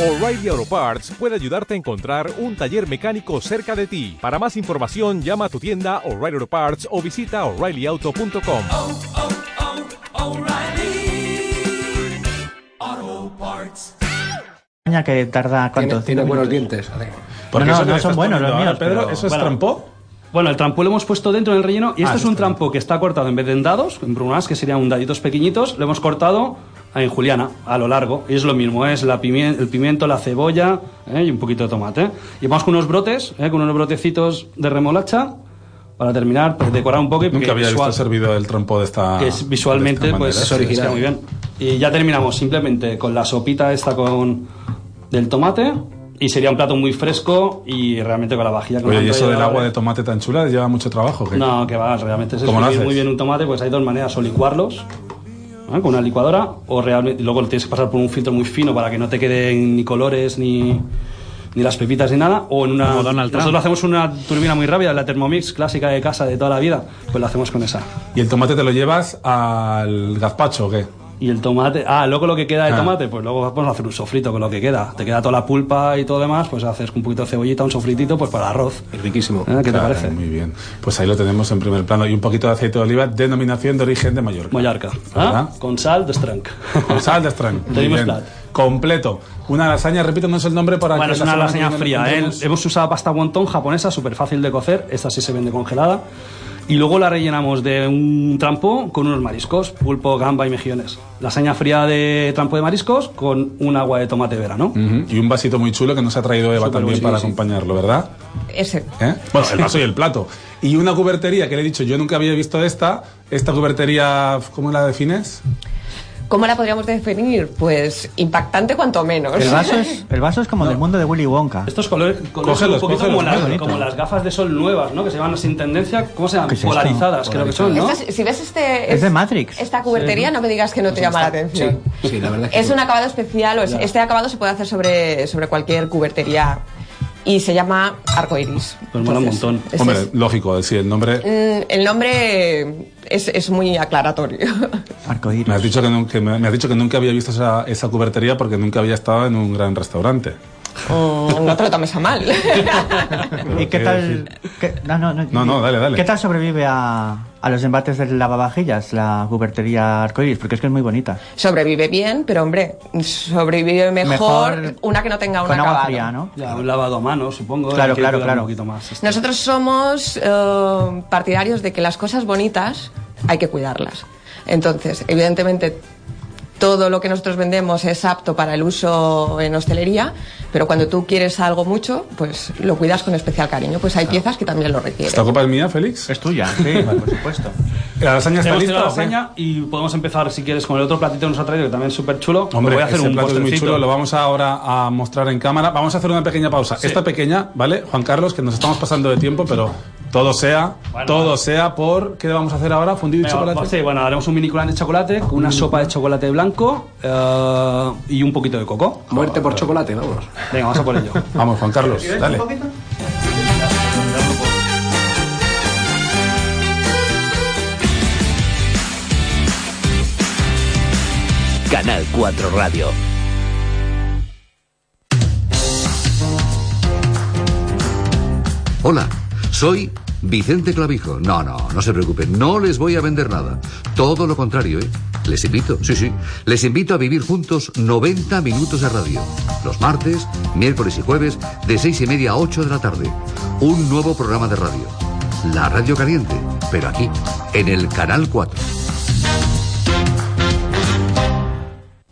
O'Reilly Auto Parts puede ayudarte a encontrar un taller mecánico cerca de ti. Para más información, llama a tu tienda O'Reilly Auto Parts o visita oreillyauto.com. oh, oh, oh, O'Reilly. Auto Parts. España que tarda Tiene, cuánto tiene ¿Cinco buenos minutos? dientes. Adrián. Porque no, eso que no le son estás buenos los poniendo míos. ahora, Pedro, pero ¿eso es bueno. trampó? Bueno, el trampó lo hemos puesto dentro del relleno y Ah, este es sí, un está bien. trampo que está cortado en vez de en dados, en brunas, que serían un daditos pequeñitos, lo hemos cortado en juliana, a lo largo. Y es lo mismo, ¿eh? es la pimien- el pimiento, la cebolla ¿eh? y un poquito de tomate. Y vamos con unos brotes, ¿eh? con unos brotecitos de remolacha para terminar, para decorar un poco y Nunca que había visual- visto servido el trompo de esta. que es visualmente de esta pues manera. es original. queda muy bien. Y ya terminamos simplemente con la sopita esta con del tomate y sería un plato muy fresco y realmente con la vajilla con Oye, la y eso entrada del agua la- de tomate tan chula lleva mucho trabajo. ¿qué? ¿eh? no, que va, realmente es ¿Cómo lo escupir haces? muy bien un tomate, pues hay dos maneras, o licuarlos ¿eh? con una licuadora, o realmente, y luego lo tienes que pasar por un filtro muy fino para que no te queden ni colores, ni, ni las pepitas, ni nada, o en una... Como Donald Trump. nosotros hacemos una turbina muy rápida, la Thermomix clásica de casa de toda la vida, pues la hacemos con esa. ¿Y el tomate te lo llevas al gazpacho o qué? Y el tomate, ah, luego lo que queda de Ah. tomate, pues luego vamos a hacer un sofrito con lo que queda. Te queda toda la pulpa y todo demás, pues haces un poquito de cebollita, un sofritito, pues para arroz. Es riquísimo. ¿Eh? ¿Qué Claro, te parece? Muy bien. Pues ahí lo tenemos en primer plano. Y un poquito de aceite de oliva, denominación de origen de Mallorca. Mallorca. ¿Verdad? ¿Ah? Con sal de Strank. Con sal de Strang. Muy Tenemos bien. plat. Completo. Una lasaña, repítanos el nombre para Bueno, que es la una semana que lasaña viene fría. ¿eh? tendremos. Hemos usado pasta wonton japonesa, súper fácil de cocer. Esta sí se vende congelada. Y luego la rellenamos de un trampo con unos mariscos, pulpo, gamba y mejillones. Lasaña fría de trampo de mariscos con un agua de tomate de verano. Ujú. Y un vasito muy chulo que nos ha traído Eva también para acompañarlo, ¿verdad? Ese. ¿Eh? Bueno, el vaso y el plato. Y una cubertería que le he dicho, yo nunca había visto esta. Esta cubertería, ¿cómo la defines? ¿Cómo la podríamos definir? Pues impactante cuanto menos. El vaso es, el vaso es como del mundo de Willy Wonka. Estos colores, colores son Cógelos, un poquito cógelos, como muy las, bonito. como las gafas de sol nuevas, ¿no? Que se llaman sin tendencia, ¿cómo se llaman? ¿Qué es esto? Polarizadas, creo que son, ¿no? Esta es- si ves este... Es de Matrix. Esta cubertería, no me digas Pues que no te llama la Sí, atención. sí, la verdad es que Es sí. un acabado especial, o es- este acabado se puede hacer sobre, sobre cualquier cubertería y se llama arcoiris. Pues mola un montón. ese Hombre, este es- lógico, sí, el nombre. Mm, el nombre es, es muy aclaratorio. Arcoíris. Me has, dicho que nunca, me me has dicho que nunca había visto esa, esa cubertería porque nunca había estado en un gran restaurante. Mm, no te lo tomes a mal. ¿Y qué tal? qué- no, no, no, No, no, dale, dale. ¿Qué tal sobrevive a, a los embates del lavavajillas la cubertería arcoíris? Porque es que es muy bonita. sobrevive bien, pero hombre, sobrevive mejor, Mejor una que no tenga un con agua acabado. fría, ¿no? Ya, un lavado a mano, supongo. Claro, hay que claro, cuidar claro. Un poquito más. esto. Nosotros somos eh, partidarios de que las cosas bonitas hay que cuidarlas. Entonces, evidentemente, todo lo que nosotros vendemos es apto para el uso en hostelería, pero cuando tú quieres algo mucho, pues lo cuidas con especial cariño. Pues hay piezas que también lo ¿Esta requieren. copa es mía, Félix? Es tuya, sí, por supuesto. ¿La lasaña está Hemos tirado lista? la o qué? lasaña y podemos empezar, si quieres, con el otro platito que nos ha traído, que también es súper chulo. Hombre, voy a hacer ese un plato es muy postrecito. chulo, lo vamos ahora a mostrar en cámara. Vamos a hacer una pequeña pausa. Esta pequeña, ¿vale? Juan Carlos, que nos estamos pasando de tiempo, pero todo sea, Bueno, todo vale. sea por... ¿Qué vamos a hacer ahora? ¿Fundido y Venga, chocolate? Mm. va- sí, bueno, haremos un mini culán de chocolate con una sopa de chocolate blanco eh, y un poquito de coco. Muerte por chocolate, vamos. Venga, vamos a por ello. Vamos, Juan Pues Carlos, dale. Canal 4 Radio. Hola, soy Vicente Clavijo. No, no, no se preocupen, no les voy a vender nada. Todo lo contrario, ¿eh? Les invito, sí, sí, les invito a vivir juntos 90 minutos de radio. Los martes, miércoles y jueves, de seis y media a 8 de la tarde. Un nuevo programa de radio. La radio caliente, pero aquí, en el Canal 4.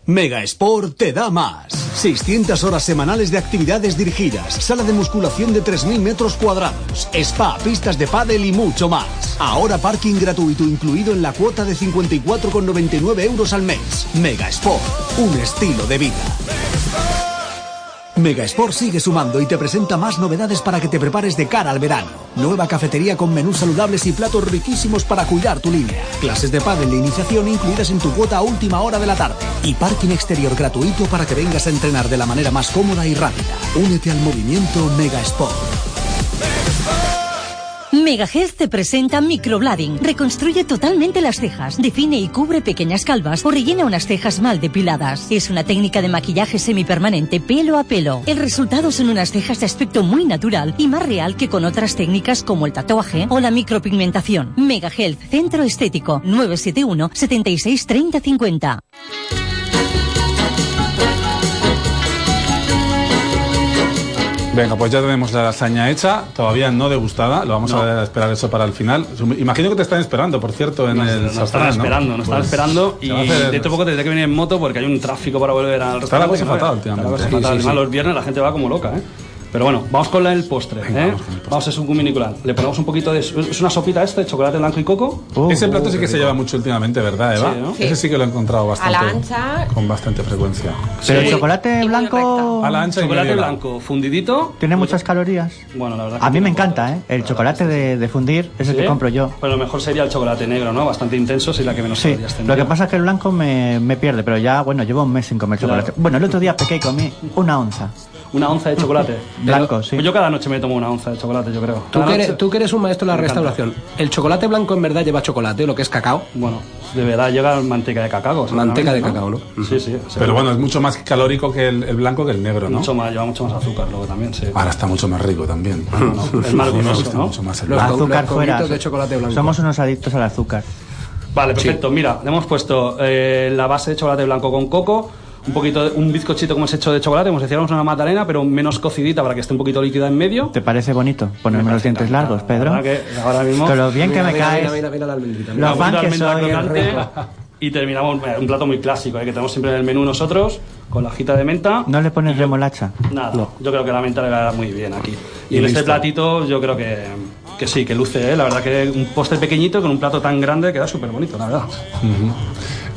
Mega Sport te da más. 600 horas semanales de actividades dirigidas, sala de musculación de 3.000 metros cuadrados, spa, pistas de pádel y mucho más. Ahora parking gratuito incluido en la cuota de 54,99 euros al mes. Mega Sport, un estilo de vida. Megasport sigue sumando y te presenta más novedades para que te prepares de cara al verano. Nueva cafetería con menús saludables y platos riquísimos para cuidar tu línea. Clases de pádel e iniciación incluidas en tu cuota a última hora de la tarde. Y parking exterior gratuito para que vengas a entrenar de la manera más cómoda y rápida. Únete al movimiento Megasport. Megages te presenta Microblading. Reconstruye totalmente las cejas, define y cubre pequeñas calvas o rellena unas cejas mal depiladas. Es una técnica de maquillaje semipermanente pelo a pelo. El resultado son unas cejas de aspecto muy natural y más real que con otras técnicas como el tatuaje o la micropigmentación. Megahealth, Centro Estético, 971 76 30 50. Venga, pues ya tenemos la lasaña hecha, todavía no degustada, lo vamos a esperar eso para el final. Sum- Imagino que te están esperando, por cierto, en Nos, el nos sartén, están esperando, nos están Pues, esperando y se va a hacer- dentro de poco tendré que venir en moto porque hay un tráfico para volver al Está la restaurante. cosa fatal, Está la últimamente. cosa Sí, fatal. sí, Además, sí. los viernes la gente va como loca, ¿eh? Pero bueno, vamos con la- el postre, ¿eh? vamos, a hacer un cuminicular. Le ponemos un poquito de... Es una sopita esta de chocolate blanco y coco. Ese plato sí que se lleva mucho últimamente, ¿verdad, Eva? Sí, ¿no? Ese sí que lo he encontrado A la bastante, ancha. con bastante frecuencia. Pero el Sí. chocolate blanco A la ancha y Chocolate media. blanco, fundidito. tiene muchas calorías. Bueno, la verdad A que mí me tiene poco. encanta, ¿eh? El chocolate de, de fundir es el ¿Sí? que compro yo. Pero lo mejor sería el chocolate negro, ¿no? Bastante intenso, si la que menos Sí, calorías lo tendría. que pasa es que el blanco me, me pierde, pero ya, bueno, llevo un mes sin comer Claro. chocolate. Bueno, el otro día pequé y comí una onza. Una onza de Mm, chocolate. Blanco, Pero- sí. Pues yo cada noche me tomo una onza de chocolate, yo creo. Tú Cada que, noche- eres, tú que eres un maestro de la Me encanta. restauración, ¿el chocolate blanco en verdad lleva chocolate, lo que es cacao? Bueno, de verdad lleva manteca de cacao. seguramente, Manteca de ¿no? cacao, ¿no? Sí, sí. Pero bueno, es mucho más calórico que el, el blanco que el negro, ¿no? mucho más, lleva mucho más azúcar luego también, sí. Ahora está mucho más rico también. no, es más Me gusta gozoso, ¿no? mucho más el Los blanco. co- azúcar los fuera. cobitos de chocolate blanco. Somos unos adictos al azúcar. Vale, perfecto. Mira, le hemos puesto eh, la base de chocolate blanco con coco, un poquito de- un bizcochito como hemos hecho de chocolate, como si hiciéramos una magdalena, pero menos cocidita para que esté un poquito líquida en medio. ¿Te parece bonito ponerme los dientes largos, Pedro? La verdad que ahora mismo- Con lo bien que Mira, me mira, caes. mira, mira, mira la almendrita, mira. Lo Un poquito fan de que almendra soy. crocante Y terminamos eh, un plato muy clásico, eh, que tenemos siempre en el menú nosotros, con la hojita de menta. No le pones remolacha. Nada, yo creo que la menta le va a dar muy bien aquí. Y, en este platito yo creo que, que sí, que luce, ¿eh? la verdad que un postre pequeñito con un plato tan grande queda súper bonito, la verdad.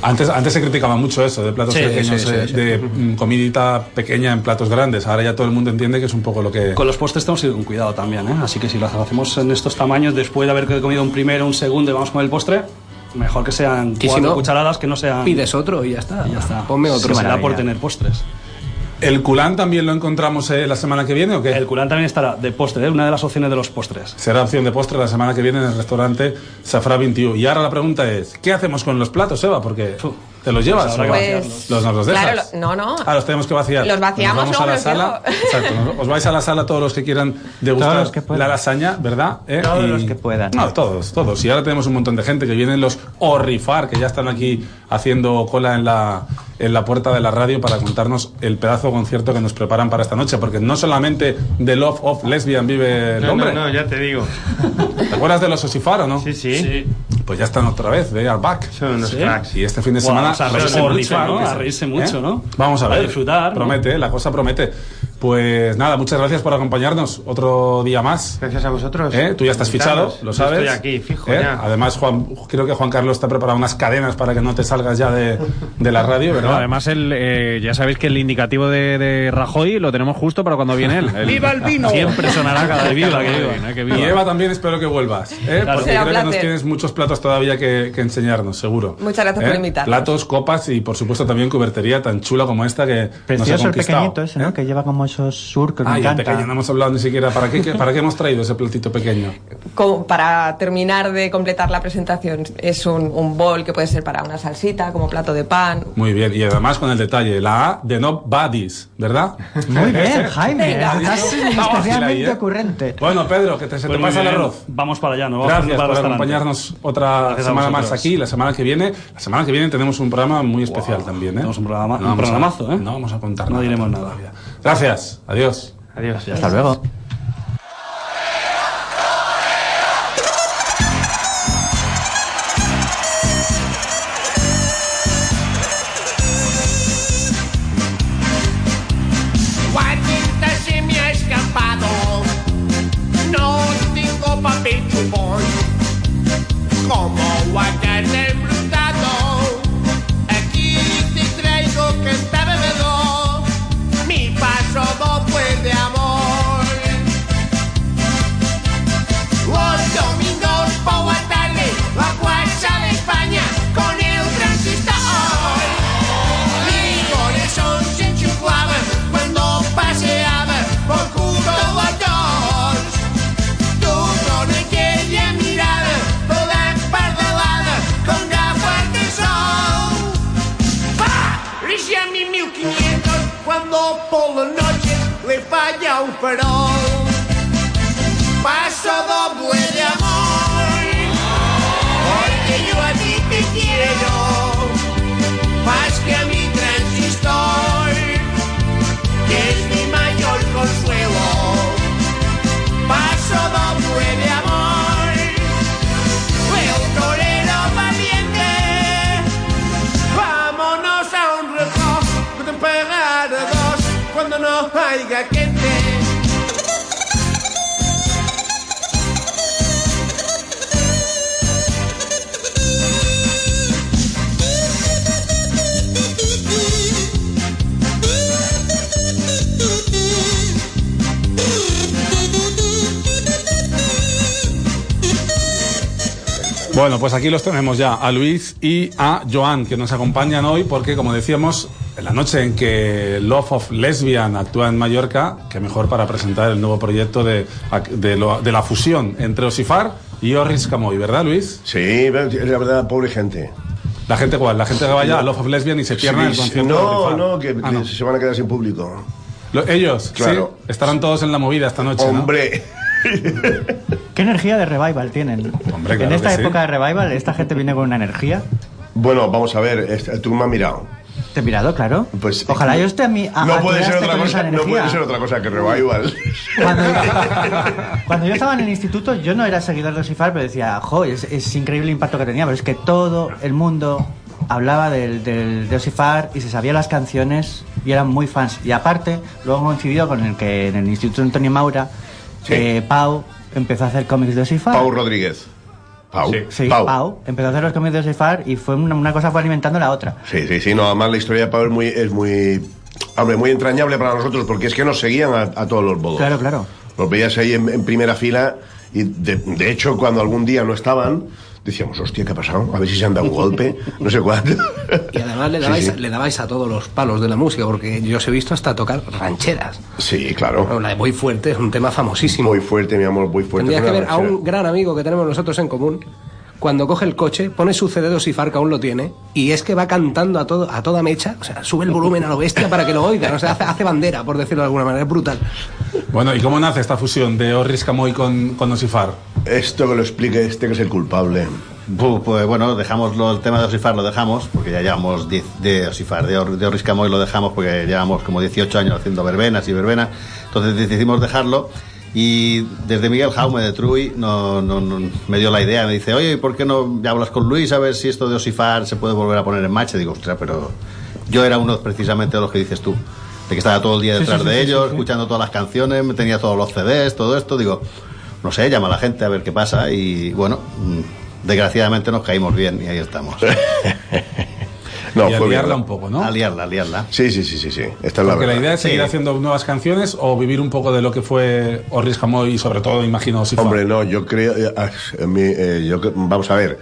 Antes, antes se criticaba mucho eso, de platos Sí, pequeños, sí, sí, eh, sí. de mm, comidita pequeña en platos grandes. Ahora ya todo el mundo entiende que es un poco lo que... Con los postres tenemos que ir con cuidado también, ¿eh? así que si lo hacemos en estos tamaños, después de haber comido un primero, un segundo y vamos con el postre, mejor que sean si cuatro no, cucharadas que no sean... Pides otro y ya está. y ya está. Ponme Se otro. me da por maravilla. tener postres. ¿El culán también lo encontramos eh, la semana que viene o qué? El culán también estará de postre, ¿eh? una de las opciones de los postres. Será opción de postre la semana que viene en el restaurante Safra 21. Y ahora la pregunta es, ¿qué hacemos con los platos, Eva? Porque Fu. Pues te los llevas, habrá Eva? que vaciarlos. los nos los dejas. pues, Claro, lo- no, no. Ah, los tenemos que vaciar. Los vaciamos, Nos vamos no, a la los sala. llevo. Exacto, nos- os vais a la sala todos los que quieran degustar Todos los que puedan. la lasaña, ¿verdad? ¿Eh? Todos los que puedan. No, todos, todos. Y ahora tenemos un montón de gente que vienen los Orrifar, que ya están aquí haciendo cola en la en la puerta de la radio para contarnos el pedazo de concierto que nos preparan para esta noche, porque no solamente The Love of Lesbian vive el No, hombre. no, no, ya te digo. ¿Te acuerdas de los Osifar o no? Sí, sí. Pues ya están otra vez, they are back. Son unos ¿Sí? cracks. Y este fin de Guau, semana. o sea, a reírse Orrifar, mucho, ¿no? que se- A reírse mucho, ¿no? ¿Eh? Vamos a A ver. disfrutar, ¿no? Promete, ¿eh? la cosa promete. Pues nada, muchas gracias por acompañarnos otro día más. Gracias a vosotros. ¿Eh? Tú ya estás fichado, Invitados. lo Yo sabes. Estoy aquí, fijo ¿Eh? ya. Además, Juan, creo que Juan Carlos te ha preparado unas cadenas para que no te salgas ya de, de la radio, ¿verdad? además, el, eh, ya sabéis que el indicativo de, de Rajoy lo tenemos justo para cuando viene él. ¡Viva el vino! Siempre sonará cada vez. viva, que viva. ¿eh? Que Y Eva también espero que vuelvas, ¿eh? Claro. porque Será creo un que nos placer. tienes muchos platos todavía que, que enseñarnos, seguro. ¿Eh? Muchas gracias por invitarnos. Platos, copas y por supuesto también cubertería tan chula como esta que nos ha Precioso el conquistado. pequeñito ese, ¿no? ¿eh? Que lleva como esos surcos, me Ay, el encanta. pequeño, no hemos hablado ni siquiera. ¿Para qué, qué- ¿Para qué hemos traído ese platito pequeño? Como para terminar de completar la presentación, es un, un bol que puede ser para una salsita, como plato de pan. Muy bien, y además con el detalle, la A de No Buddies, ¿verdad? Muy bien, Jaime. Venga. Estás Vamos, Gilay, especialmente ¿eh? ocurrente. Bueno, Pedro, que te, se Pues te muy pasa el bien, arroz. Vamos para allá, nos vamos Gracias para el por restaurante. acompañarnos otra Gracias a semana vosotros. más aquí. La semana que viene, la semana que viene tenemos un programa muy especial Wow, también, ¿eh? tenemos un programa- un vamos a- programazo, ¿eh? No vamos a contar No nada diremos nada. todavía. Gracias. Adiós. Adiós. Hasta luego. Guardita se me ha escapado. No tengo papel chupón. Como guardar el brutado. Aquí te traigo que está bebedo. Mi paso no puede amor. Los domingos por la tarde, la guacha de España con el transistor. Mi corazón se enchufaba cuando paseaba por Cuba los dos. Tú no le quieres por las noches le falla un farol. Paso doble de amor, porque yo a ti te quiero, más que a mi transistor, que es mi mayor consuelo. Paso doble de amor, fue un torero valiente. Vámonos a un reloj, pueden pagar a dos cuando no haya gente. Bueno, pues aquí los tenemos ya, a Luis y a Joan, que nos acompañan hoy porque, como decíamos, en la noche en que Love of Lesbian actúa en Mallorca, que mejor para presentar el nuevo proyecto de, de lo- de la fusión entre Osifar y Orris Camoy, ¿verdad, Luis? Sí, la verdad, pobre gente. La gente cuál, la gente que vaya a Love of Lesbian y se pierda el Sí, concierto de No, Orifar. no, que Ah, no. que se van a quedar sin público. Lo- ellos, Claro. sí, estarán todos en la movida esta noche. Hombre. ¿Qué energía de revival tienen? en claro esta que sí. época de revival, esta gente viene con una energía. Bueno, vamos a ver, este, tú me has mirado. Te he mirado, claro. Pues, Ojalá yo esté a mí. a- no a puede, ser tiraste otra con cosa, esa no puede energía. ser otra cosa que Revival. Cuando yo estaba en el instituto, yo no era seguidor de Osifar, pero decía, jo, es, es increíble el impacto que tenía, pero es que todo el mundo hablaba del, del- de Osifar y se sabía las canciones y eran muy fans. Y aparte, luego coincidió con el que en el instituto Antonio Maura, eh, Pau empezó a hacer cómics de Osifar. Pau Rodríguez. Pau. Sí, Pau. empezó a hacer los cómics de Osifar y fue una, una cosa fue alimentando la otra. Sí, sí, sí, no, además la historia de Pau es muy, es muy, hombre, muy entrañable para nosotros porque es que nos seguían a, a todos los bodos. Claro, claro. Los veías ahí en, en primera fila y de, de hecho cuando algún día no estaban, decíamos, hostia, ¿qué ha pasado? A ver si se han dado un golpe, no sé cuánto. Y además le Sí, dabais, sí. le dabais a todos los palos de la música, porque yo os he visto hasta tocar rancheras. Sí, claro. la de Muy Fuerte es un tema famosísimo. Muy fuerte, mi amor, muy Pues fuerte. Tendrías Fue que una ver a ranchera. un gran amigo que tenemos nosotros en común. Cuando coge el coche, pone su CD de Osifar, que aún lo tiene, y es que va cantando a, todo, a toda mecha, o sea, sube el volumen a lo bestia para que lo oigan, o sea, hace, hace bandera, por decirlo de alguna manera, es brutal. Bueno, ¿y cómo nace esta fusión de Orris Camoy con, con Osifar? Esto que lo explique este que es el culpable. Bu- Pues bueno, dejamos lo- el tema de Osifar, lo dejamos, porque ya llevamos 10 de Osifar, de, Or, de Orris Camoy lo dejamos porque llevamos como 18 años haciendo verbenas y verbenas, entonces decidimos dejarlo y desde Miguel Jaume de Truy no, no- no- me dio la idea, me dice, oye, ¿por qué no hablas con Luis a ver si esto de Osifar se puede volver a poner en marcha? Y digo, ostras, pero yo era uno precisamente de los que dices tú, de que estaba todo el día Sí, sí, detrás sí, de sí, ellos, sí, sí. escuchando todas las canciones, me tenía todos los CDs, todo esto, digo, no sé, llama a la gente a ver qué pasa y bueno, mm, desgraciadamente nos caímos bien y ahí estamos. No, Y a fue bien. liarla un poco, ¿no? A liarla, a liarla. Sí, sí, sí, sí, sí. Esta es la Porque la verdad. idea es seguir Sí. haciendo nuevas canciones o vivir un poco de lo que fue Orris Camoy y sobre todo, imagino, Osifar. Hombre, no, yo creo. eh, ah, mi- eh, yo cre- vamos a ver.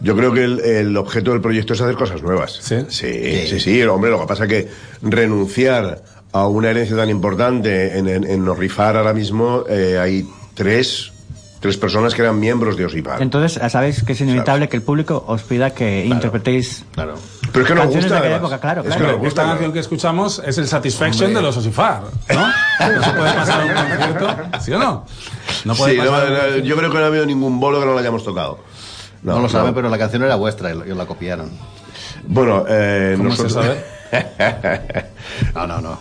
Yo creo que el, el objeto del proyecto es hacer cosas nuevas. Sí, sí, sí. hombre, lo que pasa que renunciar a una herencia tan importante en, en, en Orrifar ahora mismo eh, hay tres, tres personas que eran miembros de Osipar. Entonces, sabéis que es inevitable que el público os pida que interpretéis claro. Pero es que nos canciones gusta. de aquella además. época, claro, Es claro. que nos Esta gusta. canción que escuchamos es el Satisfaction Hombre. de los Osifar, ¿no? No se puede pasar a un concierto, ¿sí o no? No puede Sí, no, pasar. no, yo creo que no ha habido ningún bolo que no lo hayamos tocado. No, lo saben, pero la canción era vuestra y la, y la copiaron. Bueno, eh, ¿Cómo se nosotros... No, no, no.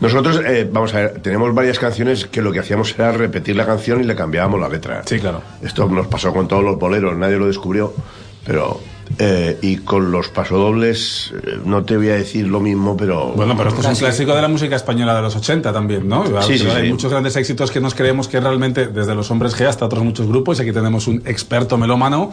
Nosotros, eh, vamos a ver, tenemos varias canciones que lo que hacíamos era repetir la canción y le cambiábamos la letra. Sí, claro. Esto nos pasó con todos los boleros, nadie lo descubrió, pero... eh, y con los pasodobles, eh, no te voy a decir lo mismo, pero... Bueno, pero esto es un clásico de la música española de los 80 también, ¿no? Sí, sí, hay sí. muchos grandes éxitos que nos creemos que realmente, desde los hombres G hasta otros muchos grupos, y aquí tenemos un experto melómano,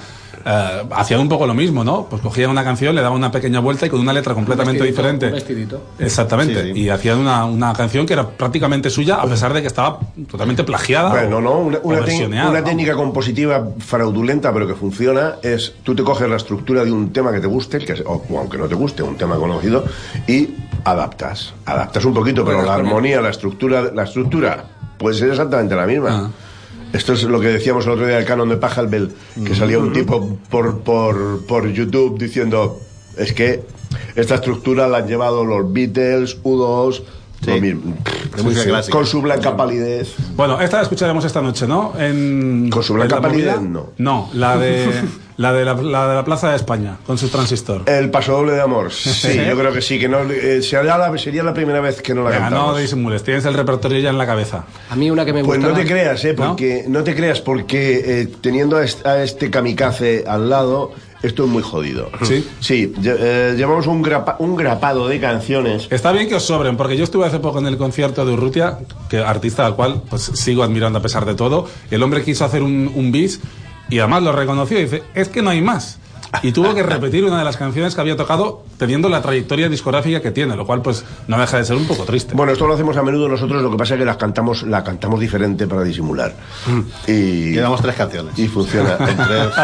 eh, hacían un poco lo mismo, ¿no? Pues cogían una canción, le daban una pequeña vuelta y con una letra completamente Un vestidito, diferente. un vestidito. Exactamente, y hacían una, una canción que era prácticamente suya, a pesar de que estaba totalmente plagiada. Bueno, o- no, una, o una tec- versioneada, una ¿no? técnica compositiva fraudulenta, pero que funciona, es tú te coges la estructura de un tema que te guste, que es- o, o aunque no te guste, un tema conocido, y adaptas. Adaptas un poquito, pero la armonía, la estructura, la estructura puede ser exactamente la misma. Esto es lo que decíamos el otro día del canon de Pachelbel, que salía un tipo por, por, por YouTube diciendo, es que esta estructura la han llevado los Beatles, U2, Lo mismo. De música clásica. Con su blanca palidez. Bueno, esta la escucharemos esta noche, ¿no? En, con su blanca palidez, no. No, la de, la, de la, la de la Plaza de España, con su transistor. El paso doble de amor. Sí, yo creo que sí, que no, eh, sería, la, sería la primera vez que no la Venga, cantamos. no disimules, tienes el repertorio ya en la cabeza. A mí una que me Pues gusta. no te creas, ¿eh? Porque, ¿No? te creas, porque eh, teniendo a est- a este, kamikaze al lado, esto es muy jodido. Sí. Sí, lle- eh, llevamos un, grapa- un grapado de canciones. Está bien que os sobren, porque yo estuve hace poco en el concierto de Urrutia, que artista al cual pues sigo admirando a pesar de todo. El hombre quiso hacer un, un bis y además lo reconoció y dice, es que no hay más. Y tuvo que repetir una de las canciones que había tocado teniendo la trayectoria discográfica que tiene, lo cual pues no deja de ser un poco triste. Bueno, esto lo hacemos a menudo nosotros, lo que pasa es que las cantamos, la cantamos diferente para disimular. Y Llevamos tres canciones. Y funciona.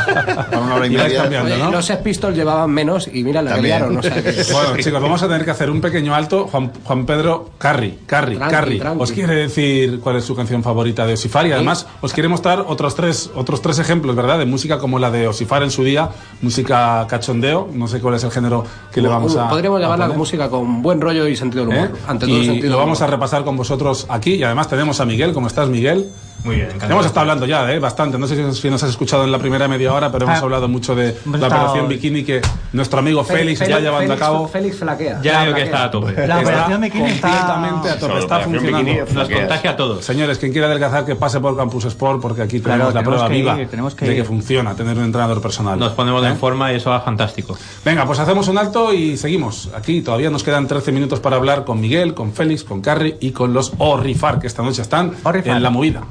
una hora y Ibais media. cambiando, Oye, ¿no? Los Sex Pistols llevaban menos y mira la que También. liaron. o sea que- Bueno, chicos, vamos a tener que hacer un pequeño alto. Juan, Juan Pedro Carri, Carri, Tranqui, Carri. tranqui. Os quiere decir cuál es su canción favorita de Osifar y además os quiere mostrar otros tres, otros tres ejemplos, ¿verdad? De música como la de Osifar en su día, música cachondeo. No sé cuál es el género que le vamos a. Podríamos a llamarla poner, música con buen rollo y sentido del ¿eh? humor. Ante todo y sentido lo del vamos a humor. repasar con vosotros aquí y además tenemos a Miguel. ¿Cómo estás, Miguel? Muy bien, encantado. Hemos estado hablando ya, ¿eh? Bastante. No sé si, si nos has escuchado en la primera media hora, pero hemos Ah. hablado mucho de Hemos la estado- operación Bikini que nuestro amigo Félix, ya Félix- llevando Félix- a cabo. Félix flaquea. Ya La veo que flaquea. está a tope. La Está operación Bikini está- completamente a tope, Solo está operación funcionando. Bikini Nos flaqueas. contagia a todos. Señores, quien quiera adelgazar que pase por Campus Sport porque aquí Claro, tenemos la tenemos prueba que viva ir, tenemos que de que ir. funciona tener un entrenador personal. Nos ponemos en forma y eso va fantástico. Venga, pues hacemos un alto y seguimos. Aquí todavía nos quedan 13 minutos para hablar con Miguel, con Félix, con Carrie y con los Orrifar que esta noche están en la movida.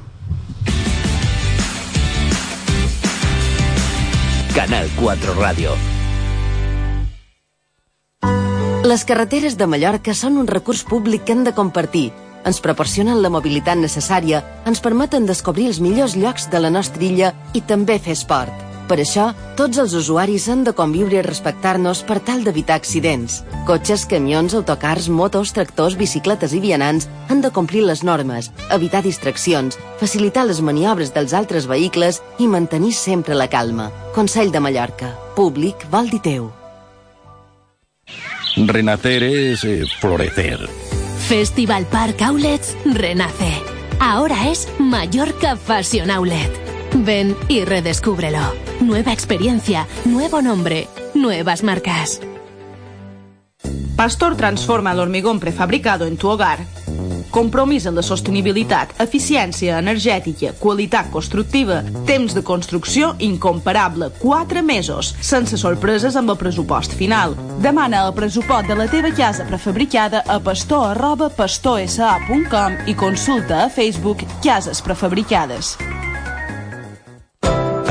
Canal 4 Radio. Les carreteres de Mallorca són un recurs públic que hem de compartir. Ens proporcionen la mobilitat necessària, ens permeten descobrir els millors llocs de la nostra illa i també fer esport. Per això, tots els usuaris han de conviure i respectar-nos per tal d'evitar accidents. Cotxes, camions, autocars, motos, tractors, bicicletes i vianants han de complir les normes, evitar distraccions, facilitar les maniobres dels altres vehicles i mantenir sempre la calma. Consell de Mallorca. Públic vol dir teu. Renacer es eh, florecer. Festival Park Outlets renace. Ahora es Mallorca Fashion Outlet. Ven y redescúbrelo. Nueva experiencia, nuevo nombre, nuevas marcas. Pastor transforma el hormigón prefabricado en tu hogar. Compromís en la sostenibilitat, eficiència energètica, qualitat constructiva, temps de construcció incomparable, 4 mesos, sense sorpreses amb el pressupost final. Demana el pressupost de la teva casa prefabricada a pastor arroba pastorsa.com i consulta a Facebook Cases Prefabricades.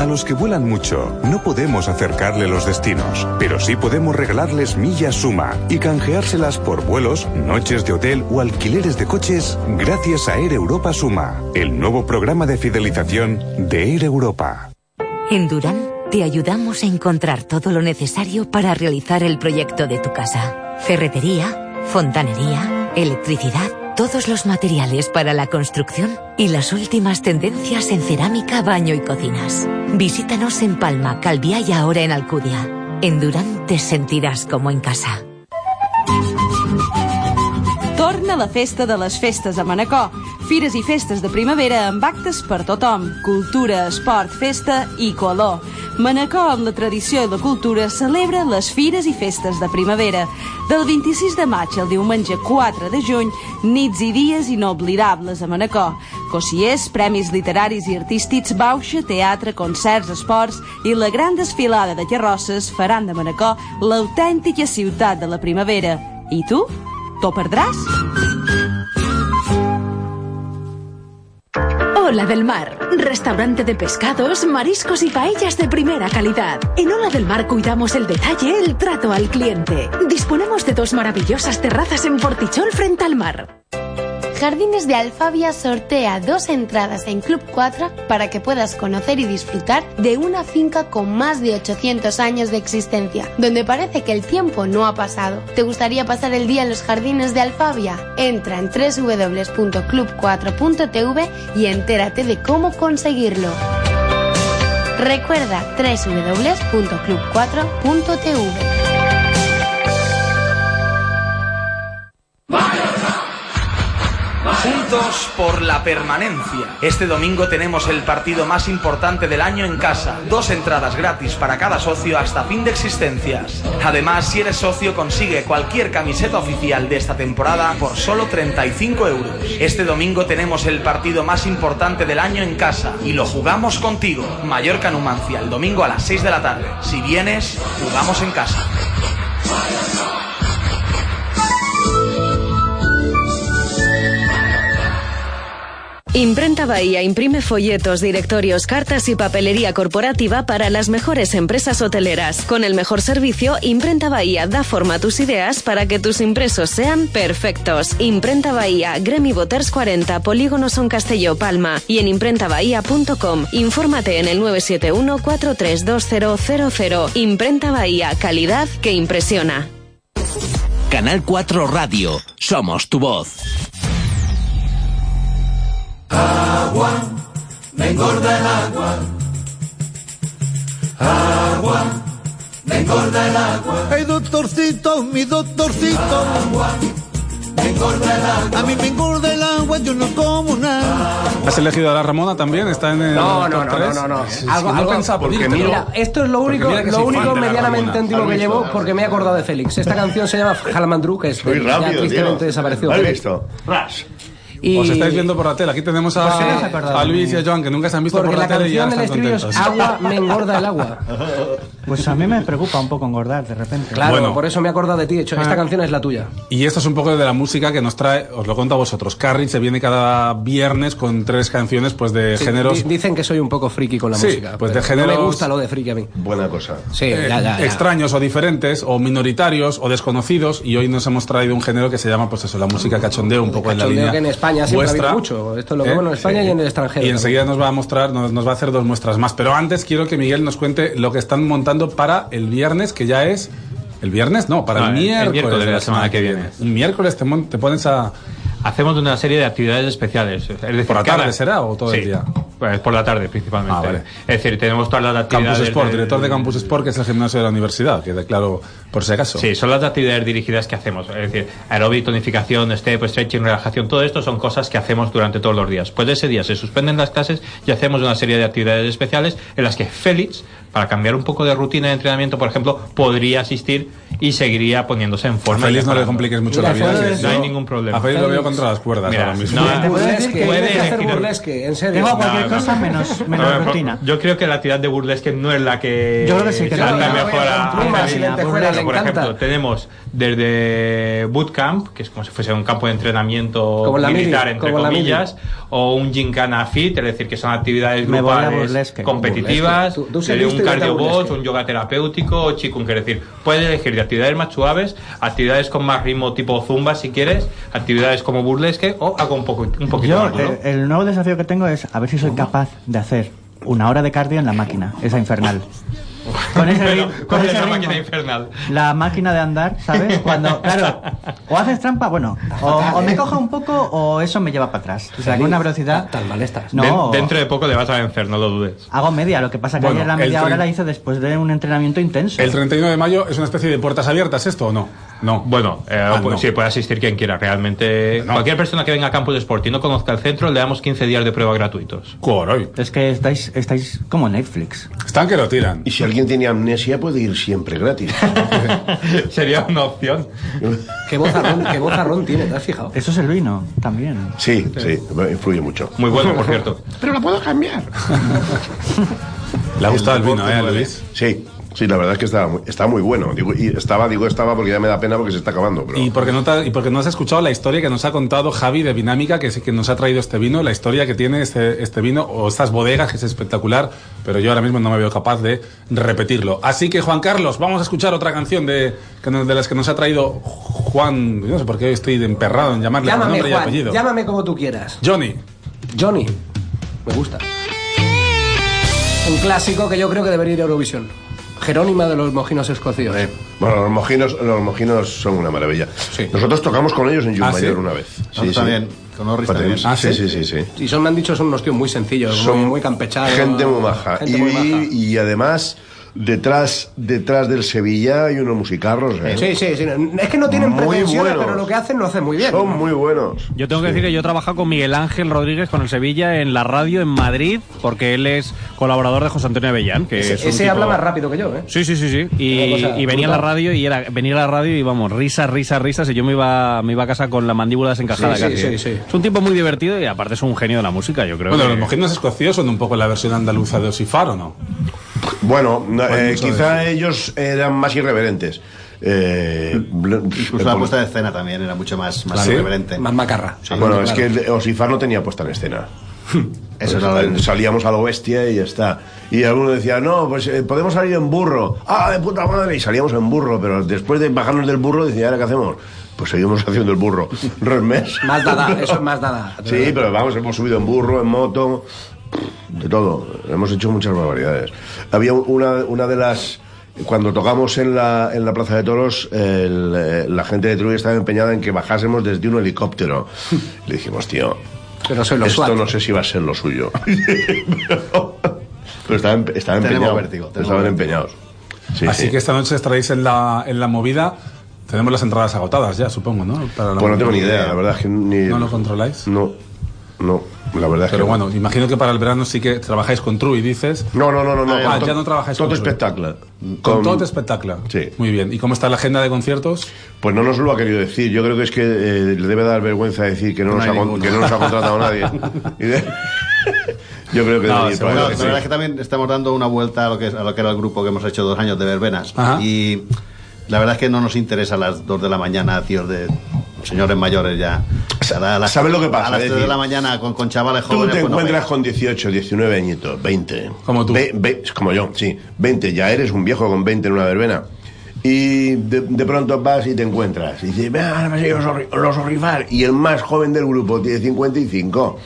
A los que vuelan mucho, no podemos acercarle los destinos, pero sí podemos regalarles millas suma y canjeárselas por vuelos, noches de hotel o alquileres de coches gracias a Air Europa Suma, el nuevo programa de fidelización de Air Europa. En Durán te ayudamos a encontrar todo lo necesario para realizar el proyecto de tu casa. Ferretería, fontanería, electricidad, todos los materiales para la construcción y las últimas tendencias en cerámica, baño y cocinas. Visítanos en Palma, Calviá y ahora en Alcudia. En Durán te sentirás como en casa. Torna la festa de les festes a Manacor. Fires i festes de primavera amb actes per tothom. Cultura, esport, festa i color. Manacor, amb la tradició i la cultura, celebra les fires i festes de primavera. Del 26 de maig al diumenge 4 de juny, nits i dies inoblidables a Manacor. Cossiers, premis literaris i artístics, bauxa, teatre, concerts, esports i la gran desfilada de carrosses faran de Manacor l'autèntica ciutat de la primavera. I tu? T'ho perdràs? Ola del Mar, restaurante de pescados, mariscos y paellas de primera calidad. En Ola del Mar cuidamos el detalle, el trato al cliente. Disponemos de dos maravillosas terrazas en Portichol frente al mar. Jardines de Alfabia sortea dos entradas en Club 4 para que puedas conocer y disfrutar de una finca con más de 800 años de existencia, donde parece que el tiempo no ha pasado. ¿Te gustaría pasar el día en los Jardines de Alfabia? Entra en www.club4.tv y entérate de cómo conseguirlo. Recuerda www.club4.tv. Unidos por la permanencia. Este domingo tenemos el partido más importante del año en casa. Dos entradas gratis para cada socio hasta fin de existencias. Además, si eres socio, consigue cualquier camiseta oficial de esta temporada por solo 35 euros. Este domingo tenemos el partido más importante del año en casa y lo jugamos contigo. Mallorca Numancia, el domingo a las 6 de la tarde. Si vienes, jugamos en casa. Imprenta Bahía imprime folletos, directorios, cartas y papelería corporativa para las mejores empresas hoteleras. Con el mejor servicio, Imprenta Bahía da forma a tus ideas para que tus impresos sean perfectos. Imprenta Bahía, Gremi Boters 40, Polígono Son Castelló, Palma y en imprentabahía.com. Infórmate en el 971-432000. Imprenta Bahía, calidad que impresiona. Canal 4 Radio. Somos tu voz. Agua, me engorda el agua. Agua, me engorda el agua. Hey, doctorcito, mi doctorcito. Agua, me engorda el agua. A mí me engorda el agua, yo no como nada. ¿Has elegido a la Ramona también? ¿Está en el No, no, top no, tres? no, no, no. Sí, sí, Algo- no algo- pensaba porque pedírtelo. mira, esto es lo Porque único, mira que lo soy único fan de la medianamente Ramona. antiguo ¿Has que visto? llevo porque me he acordado de Félix. Esta canción se llama Jalamandru, que es Soy ya rápido, tristemente tío. desaparecido. ¿Has Félix. visto? Rush. Y- Os estáis viendo por la tele. Aquí tenemos Pues sí, nos a, acordamos. a Luis y a Joan, que nunca se han visto Porque por la, la tele y ya canción del están estribillo es contentos. Agua me engorda el agua. Pues a mí me preocupa un poco engordar de repente. Ah. Claro, Bueno. por eso me he acordado de ti. De hecho, esta canción es la tuya. Y esto es un poco de la música que nos trae, os lo cuento a vosotros. Carrie se viene cada viernes con tres canciones pues de Sí, géneros di- Dicen que soy un poco friki con la Sí, música. pues de pero no géneros- me gusta lo de friki a mí. Buena cosa. Sí, eh, ya, ya, ya. extraños o diferentes o minoritarios o desconocidos y hoy nos hemos traído un género que se llama pues eso, la música cachondeo un poco en Pues la Yo línea. creo que en España siempre ha habido vuestra. mucho. Esto lo que ¿Eh? bueno en España Sí. y en el Y extranjero. también. enseguida nos va a mostrar, nos, nos va a hacer dos muestras más. Pero antes quiero que Miguel nos cuente lo que están montando para el viernes, que ya es. ¿El viernes? No, para No, el, el- el miércoles. miércoles de la semana que viene. El miércoles te, mon- te pones a. Hacemos una serie de actividades especiales. Es decir, ¿Por la cada- tarde será o todo el Sí, día? Pues por la tarde principalmente. Ah, vale. Es decir, tenemos todas las actividades. Campus Sport, del- director de Campus Sport, que es el gimnasio de la universidad, que declaro por si acaso. Sí, son las actividades dirigidas que hacemos. Es decir, aeróbic, tonificación, step, stretching, relajación, todo esto son cosas que hacemos durante todos los días. Pues ese día se suspenden las clases y hacemos una serie de actividades especiales en las que Félix, para cambiar un poco de rutina de entrenamiento, por ejemplo, podría asistir y seguiría poniéndose en forma. A Félix y no le mejorando. compliques mucho Mira, la vida, puedo sí, decir- No hay ningún problema. a Félix lo veo contra las cuerdas Mira, ahora mismo. no, Burlesque, puede tienes que hacer elegir- burlesque, en serio. Tengo cualquier No, no. cosa menos, A ver, Yo creo que la actividad de burlesque no es la que Yo creo que sí, que trata no. mejor a, Plumas a y Javi. lentejuelas, Por le encanta. ejemplo, tenemos desde bootcamp, que es como si fuese un campo de entrenamiento Como la militar, mili, entre como la comillas, o un gincana fit, es decir, que son actividades Me voy a grupales burlesque. competitivas, Burlesque. Tú- tú desde seguiste un y vete a cardiobot, burlesque. un yoga terapéutico, o chikung, es decir, puedes elegir de actividades más suaves, actividades con más ritmo tipo zumba si quieres, actividades como burlesque o algo un, poco, un poquito Yo, más duro. eh, el nuevo desafío que tengo es a ver si soy capaz de hacer una hora de cardio en la máquina, esa infernal. Con ese, Pero, ri- con con esa ese máquina ritmo. infernal. La máquina de andar, ¿sabes? Cuando, claro, o haces trampa, bueno, o, o me coja un poco o eso me lleva para atrás. O sea, con una velocidad... Tan mal estás. No, Den- dentro de poco le vas a vencer, no lo dudes. hago media, lo que pasa que Bueno, ayer la el media hora trein- la hice después de un entrenamiento intenso. El 31 de mayo es una especie de puertas abiertas, ¿esto o no? No. Bueno, eh, pues sí, puede asistir quien quiera. Realmente, cualquier persona que venga a Campus Sport y no conozca el centro, le damos 15 días de prueba gratuitos. Es que estáis, estáis como Netflix. Están que lo tiran. Y si alguien tiene amnesia, puede ir siempre gratis. Sería una opción. Qué vozarrón, qué vozarrón tiene, ¿te has fijado? Eso es el vino, también. Sí, sí, influye mucho. Muy bueno, por cierto. Pero la puedo cambiar. Le ha gustado el vino, deporte ¿eh, nueve. Luis? Sí, sí, la verdad es que estaba muy, está muy bueno. Digo, y estaba, digo, estaba porque ya me da pena porque se está acabando. Pero... Y porque, no te- y porque no has escuchado la historia que nos ha contado Javi de Dinámica, que, es- que nos ha traído este vino, la historia que tiene este, este vino o estas bodegas, que es espectacular, pero yo ahora mismo no me veo capaz de repetirlo. Así que, Juan Carlos, vamos a escuchar otra canción de, que nos- de las que nos ha traído Juan. Yo no sé por qué hoy estoy emperrado en llamarle por Llámame nombre y Juan, apellido. llámame como tú quieras. Johnny. Johnny, me gusta. Un clásico que yo creo que debería ir a Eurovisión. Jerónima de los Mojinos Escocidos. Bueno, los mojinos, los mojinos son una maravilla. Nosotros tocamos con ellos en Youth Ah, ¿sí? Mayor una vez. Nosotros también, con Orris Patemos. también. Ah, sí, ¿sí? sí, sí, sí. Y son, me han dicho, son unos tíos muy sencillos, muy, muy campechados. Gente muy maja. Gente y, muy maja. y además detrás, detrás del Sevilla hay unos musicarros. ¿eh? Sí, sí, sí. Es que no tienen Muy pretensiones, buenos. pero lo que hacen lo hacen muy bien. Son muy buenos. Yo tengo que decir que yo he trabajado con Miguel Ángel Rodríguez con el Sevilla en la radio en Madrid, porque él es colaborador de José Antonio Avellán. Que Ese, es un ese tipo- habla más rápido que yo, ¿eh? Sí, sí, sí, sí. Y, Una cosa y venía a brutal. la radio y era venía a la radio y vamos, risas, risas, risas. Y yo me iba, me iba a casa con la mandíbula desencajada Sí, sí, casi. sí, ¿eh? sí. Es un tipo muy divertido y aparte es un genio de la música, yo creo. Bueno, que- los mojinos escocíos son un poco la versión andaluza de Osifar, ¿o no? Bueno, no, Hay eh, mucho de quizá ellos eran más irreverentes. Eh, Incluso la puesta de escena también era mucho más, más ¿Sí? irreverente. Más macarra. Sí, bueno, es claro. que el- Osifar no tenía puesta en escena. Eso Pues, no lo- eh, Salíamos a lo bestia y ya está. Y alguno decía, no, pues eh, podemos salir en burro. ¡Ah, de puta madre! Y salíamos en burro, pero después de bajarnos del burro, decía, ¿ahora qué hacemos? Pues seguimos haciendo el burro. Remes. Más dada, eso es más dada. Sí, pero vamos, hemos subido en burro, en moto, de todo. Hemos hecho muchas barbaridades. Había una, una de las... Cuando tocamos en la, en la Plaza de Toros, el, eh, la gente de Trujillo estaba empeñada en que bajásemos desde un helicóptero. Le dijimos, tío, Pero soy los esto SWAT. no sé si va a ser lo suyo. pero estaban, estaban Tenemos empeñados. vértigo, tenemos estaban vértigo. empeñados. Sí, Así sí. que esta noche estaréis en la, en la movida. Tenemos las entradas agotadas ya, supongo, ¿no? Para la Pues no tengo ni movida. idea, la verdad es que ni... ¿No lo controláis? No, no, la verdad es Pero que... bueno, imagino que para el verano sí que trabajáis con True y dices. No, no, no, no. no, Ah, con ya to- no trabajáis todo con True. espectáculo. Con Con- todo espectáculo. Sí. Muy bien. ¿Y cómo está la agenda de conciertos? Pues no nos lo ha querido decir. Yo creo que es que eh, le debe dar vergüenza decir que no, No nos, hay ha, con- ninguno. que no nos ha contratado nadie. Y de- Yo creo que No, nadie, seguro pero- que sí. la verdad es que también estamos dando una vuelta a lo que, es- a lo que era el grupo que hemos hecho dos años de verbenas. Ajá. Y la verdad es que no nos interesa a las 2 de la mañana, tíos de señores mayores ya. O sea, a las- ¿Sabes lo que pasa? A las Es 3 de la decir, mañana con, con chavales Tú jóvenes. te pues no me- encuentras con 18, 19 añitos, 20. Como tú. como yo, sí. 20, ya eres un viejo con 20 en una verbena. Y de, de pronto vas y te encuentras. Y dices, "Ve, ahora me han llegado los, orri- los orrifar. Y el más joven del grupo tiene 55.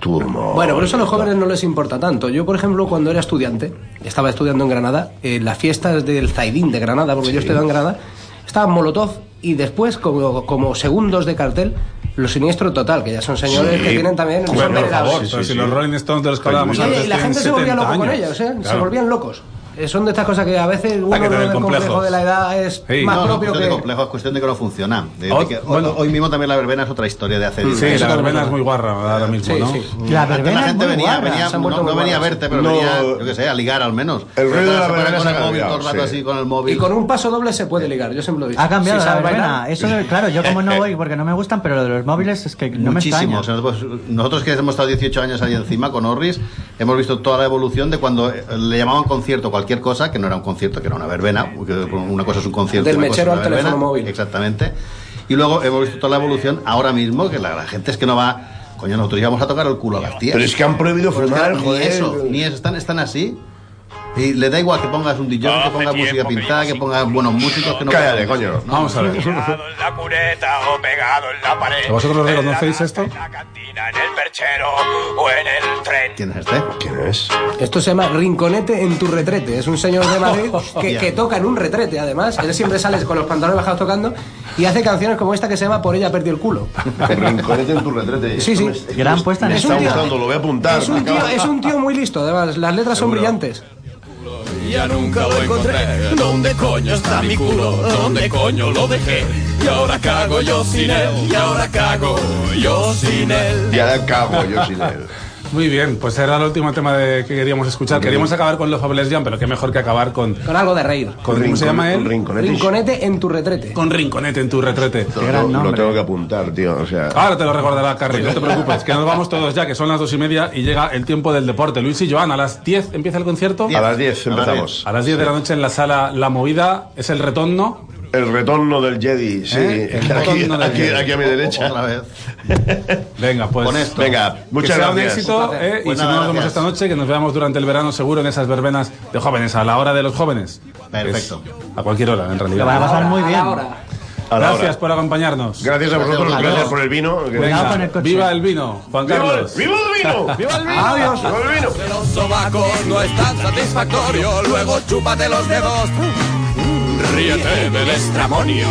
Tú, mo- Bueno, pero eso a los jóvenes no les importa tanto. Yo, por ejemplo, cuando era estudiante, estaba estudiando en Granada, en las fiestas del Zaidín de Granada, porque yo Sí. estudiaba en Granada, estaba Molotov y después, como, como segundos de cartel, los Siniestro Total, que ya son señores Sí. que tienen también... son Bueno, por venerables. favor, pero si los Rolling Stones de los que hablábamos Oye, antes y la tienen gente se volvía 70 loco con años. ellos, ¿eh? Se Claro. volvían locos. Eh, Son de estas cosas que a veces uno tener lo del complejo complejos. de la edad es Sí. más no, no, propio cuestión que... de complejo, es cuestión de que no funciona. De- de Hoy- que hoy, bueno. hoy mismo también la verbena es otra historia de hace Sí, 10 la años. verbena es muy guarra ahora mismo, ¿no? Antes gente venía, venía- no, no venía a verte, pero No. venía, yo qué sé, a ligar al menos. El ruido Pero de la se ponen verbena con el se ha móvil todo el cambiado, rato sí. así con el móvil. Y con un paso doble se puede ligar, yo siempre lo digo. Ha cambiado Si la sabes bailar, verbena. Eso, claro, yo como no voy porque no me gustan, pero lo de los móviles es que no me Muchísimo. extraña. O sea, nosotros, nosotros que hemos estado 18 años ahí encima con Orris, hemos visto toda la evolución de cuando eh, le llamaban concierto cualquier cosa, que no era un concierto, que era una verbena, que una cosa es un concierto. Del una cosa es mechero una al teléfono verbena. Exactamente. Y luego hemos visto toda la evolución ahora mismo, que la, la gente es que no va... Coño, nosotros íbamos a tocar el culo a las tías. Pero es que han prohibido Pero es que fumar, ni joder. eso, ni eso. Están, están así. Y le da igual que pongas un DJ, que pongas música pintada, que pongas buenos músicos, que no... Cállate, coño. Vamos a ver. La cureta o pegado en la pared. ¿Vosotros reconocéis esto? En el perchero o en el tren. ¿Quién es este? ¿Quién es? Esto se llama Rinconete en tu retrete. Es un señor de Madrid que, Hostia. que toca en un retrete, además. Él siempre sale con los pantalones bajados tocando y hace canciones como esta que se llama Por ella perdí el culo. Rinconete en tu retrete. Sí, sí. Esto me- Gran me- puesta en me escena. está gustando, lo voy a apuntar. Es un tío, es un tío muy listo, además. Las letras son brillantes. Ya nunca lo encontré. ¿Dónde coño está mi culo? ¿Dónde coño lo dejé? Y ahora cago yo sin él. Y ahora cago yo sin él. Y ahora cago yo sin él. Muy bien, pues era el último tema de- que queríamos escuchar. Queríamos acabar con los Fables Jam, pero qué mejor que acabar con. Con algo de reír. con- ¿Cómo se llama él? Rinconete en tu retrete. Con Rinconete en tu retrete. Lo, lo tengo que apuntar, tío. O sea. Ah. Ahora te lo recordará Carrie, no te preocupes, que nos vamos todos ya, que son las dos y media y llega el tiempo del deporte. Luis y Joan, a las 10 empieza el concierto. A las 10 empezamos. A las 10 de la noche en la sala La Movida es el retorno. El retorno del Jedi, sí. ¿Eh? El Aquí, retorno del aquí, Jedi. aquí a mi derecha. Otra vez. Venga, pues. Con esto. Venga, muchas que sea gracias. un éxito eh, y Pues si nada, no nos vemos gracias. esta noche, que nos veamos durante el verano seguro en esas verbenas de jóvenes, a la hora de los jóvenes. Perfecto. Es a cualquier hora, en realidad. Lo van a pasar muy bien. A la hora. Gracias por acompañarnos. Gracias a vosotros, Gracias a gracias por el vino. Venga, Cuidado con el coche. Viva el vino, Juan ¡Viva el- Carlos. viva el vino! ¡Viva el vino! Adiós. ¡Viva el vino! Los sobacos no es tan satisfactorio. Luego chúpate los dedos. Ríete del estramonio.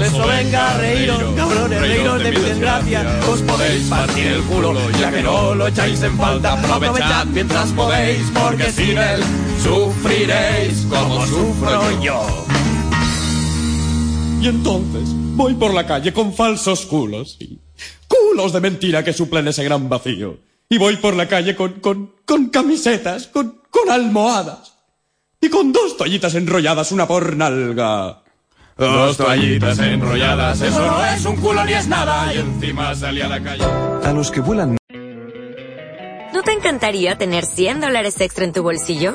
Eso venga, reíros, cabrones, reíros de mi desgracia. gracia. Os podéis partir el culo, ya que no lo echáis en falta. Aprovechad mientras podéis, porque sin él sufriréis como sufro yo. Y entonces voy por la calle con falsos culos. sí. Culos de mentira que suplen ese gran vacío. Y voy por la calle con, con, con camisetas, con, con almohadas. Y con dos toallitas enrolladas, una por nalga. Dos toallitas enrolladas, eso no es un culo ni es nada. Y encima salí a la calle. A los que vuelan ¿No te encantaría tener 100 dólares extra en tu bolsillo?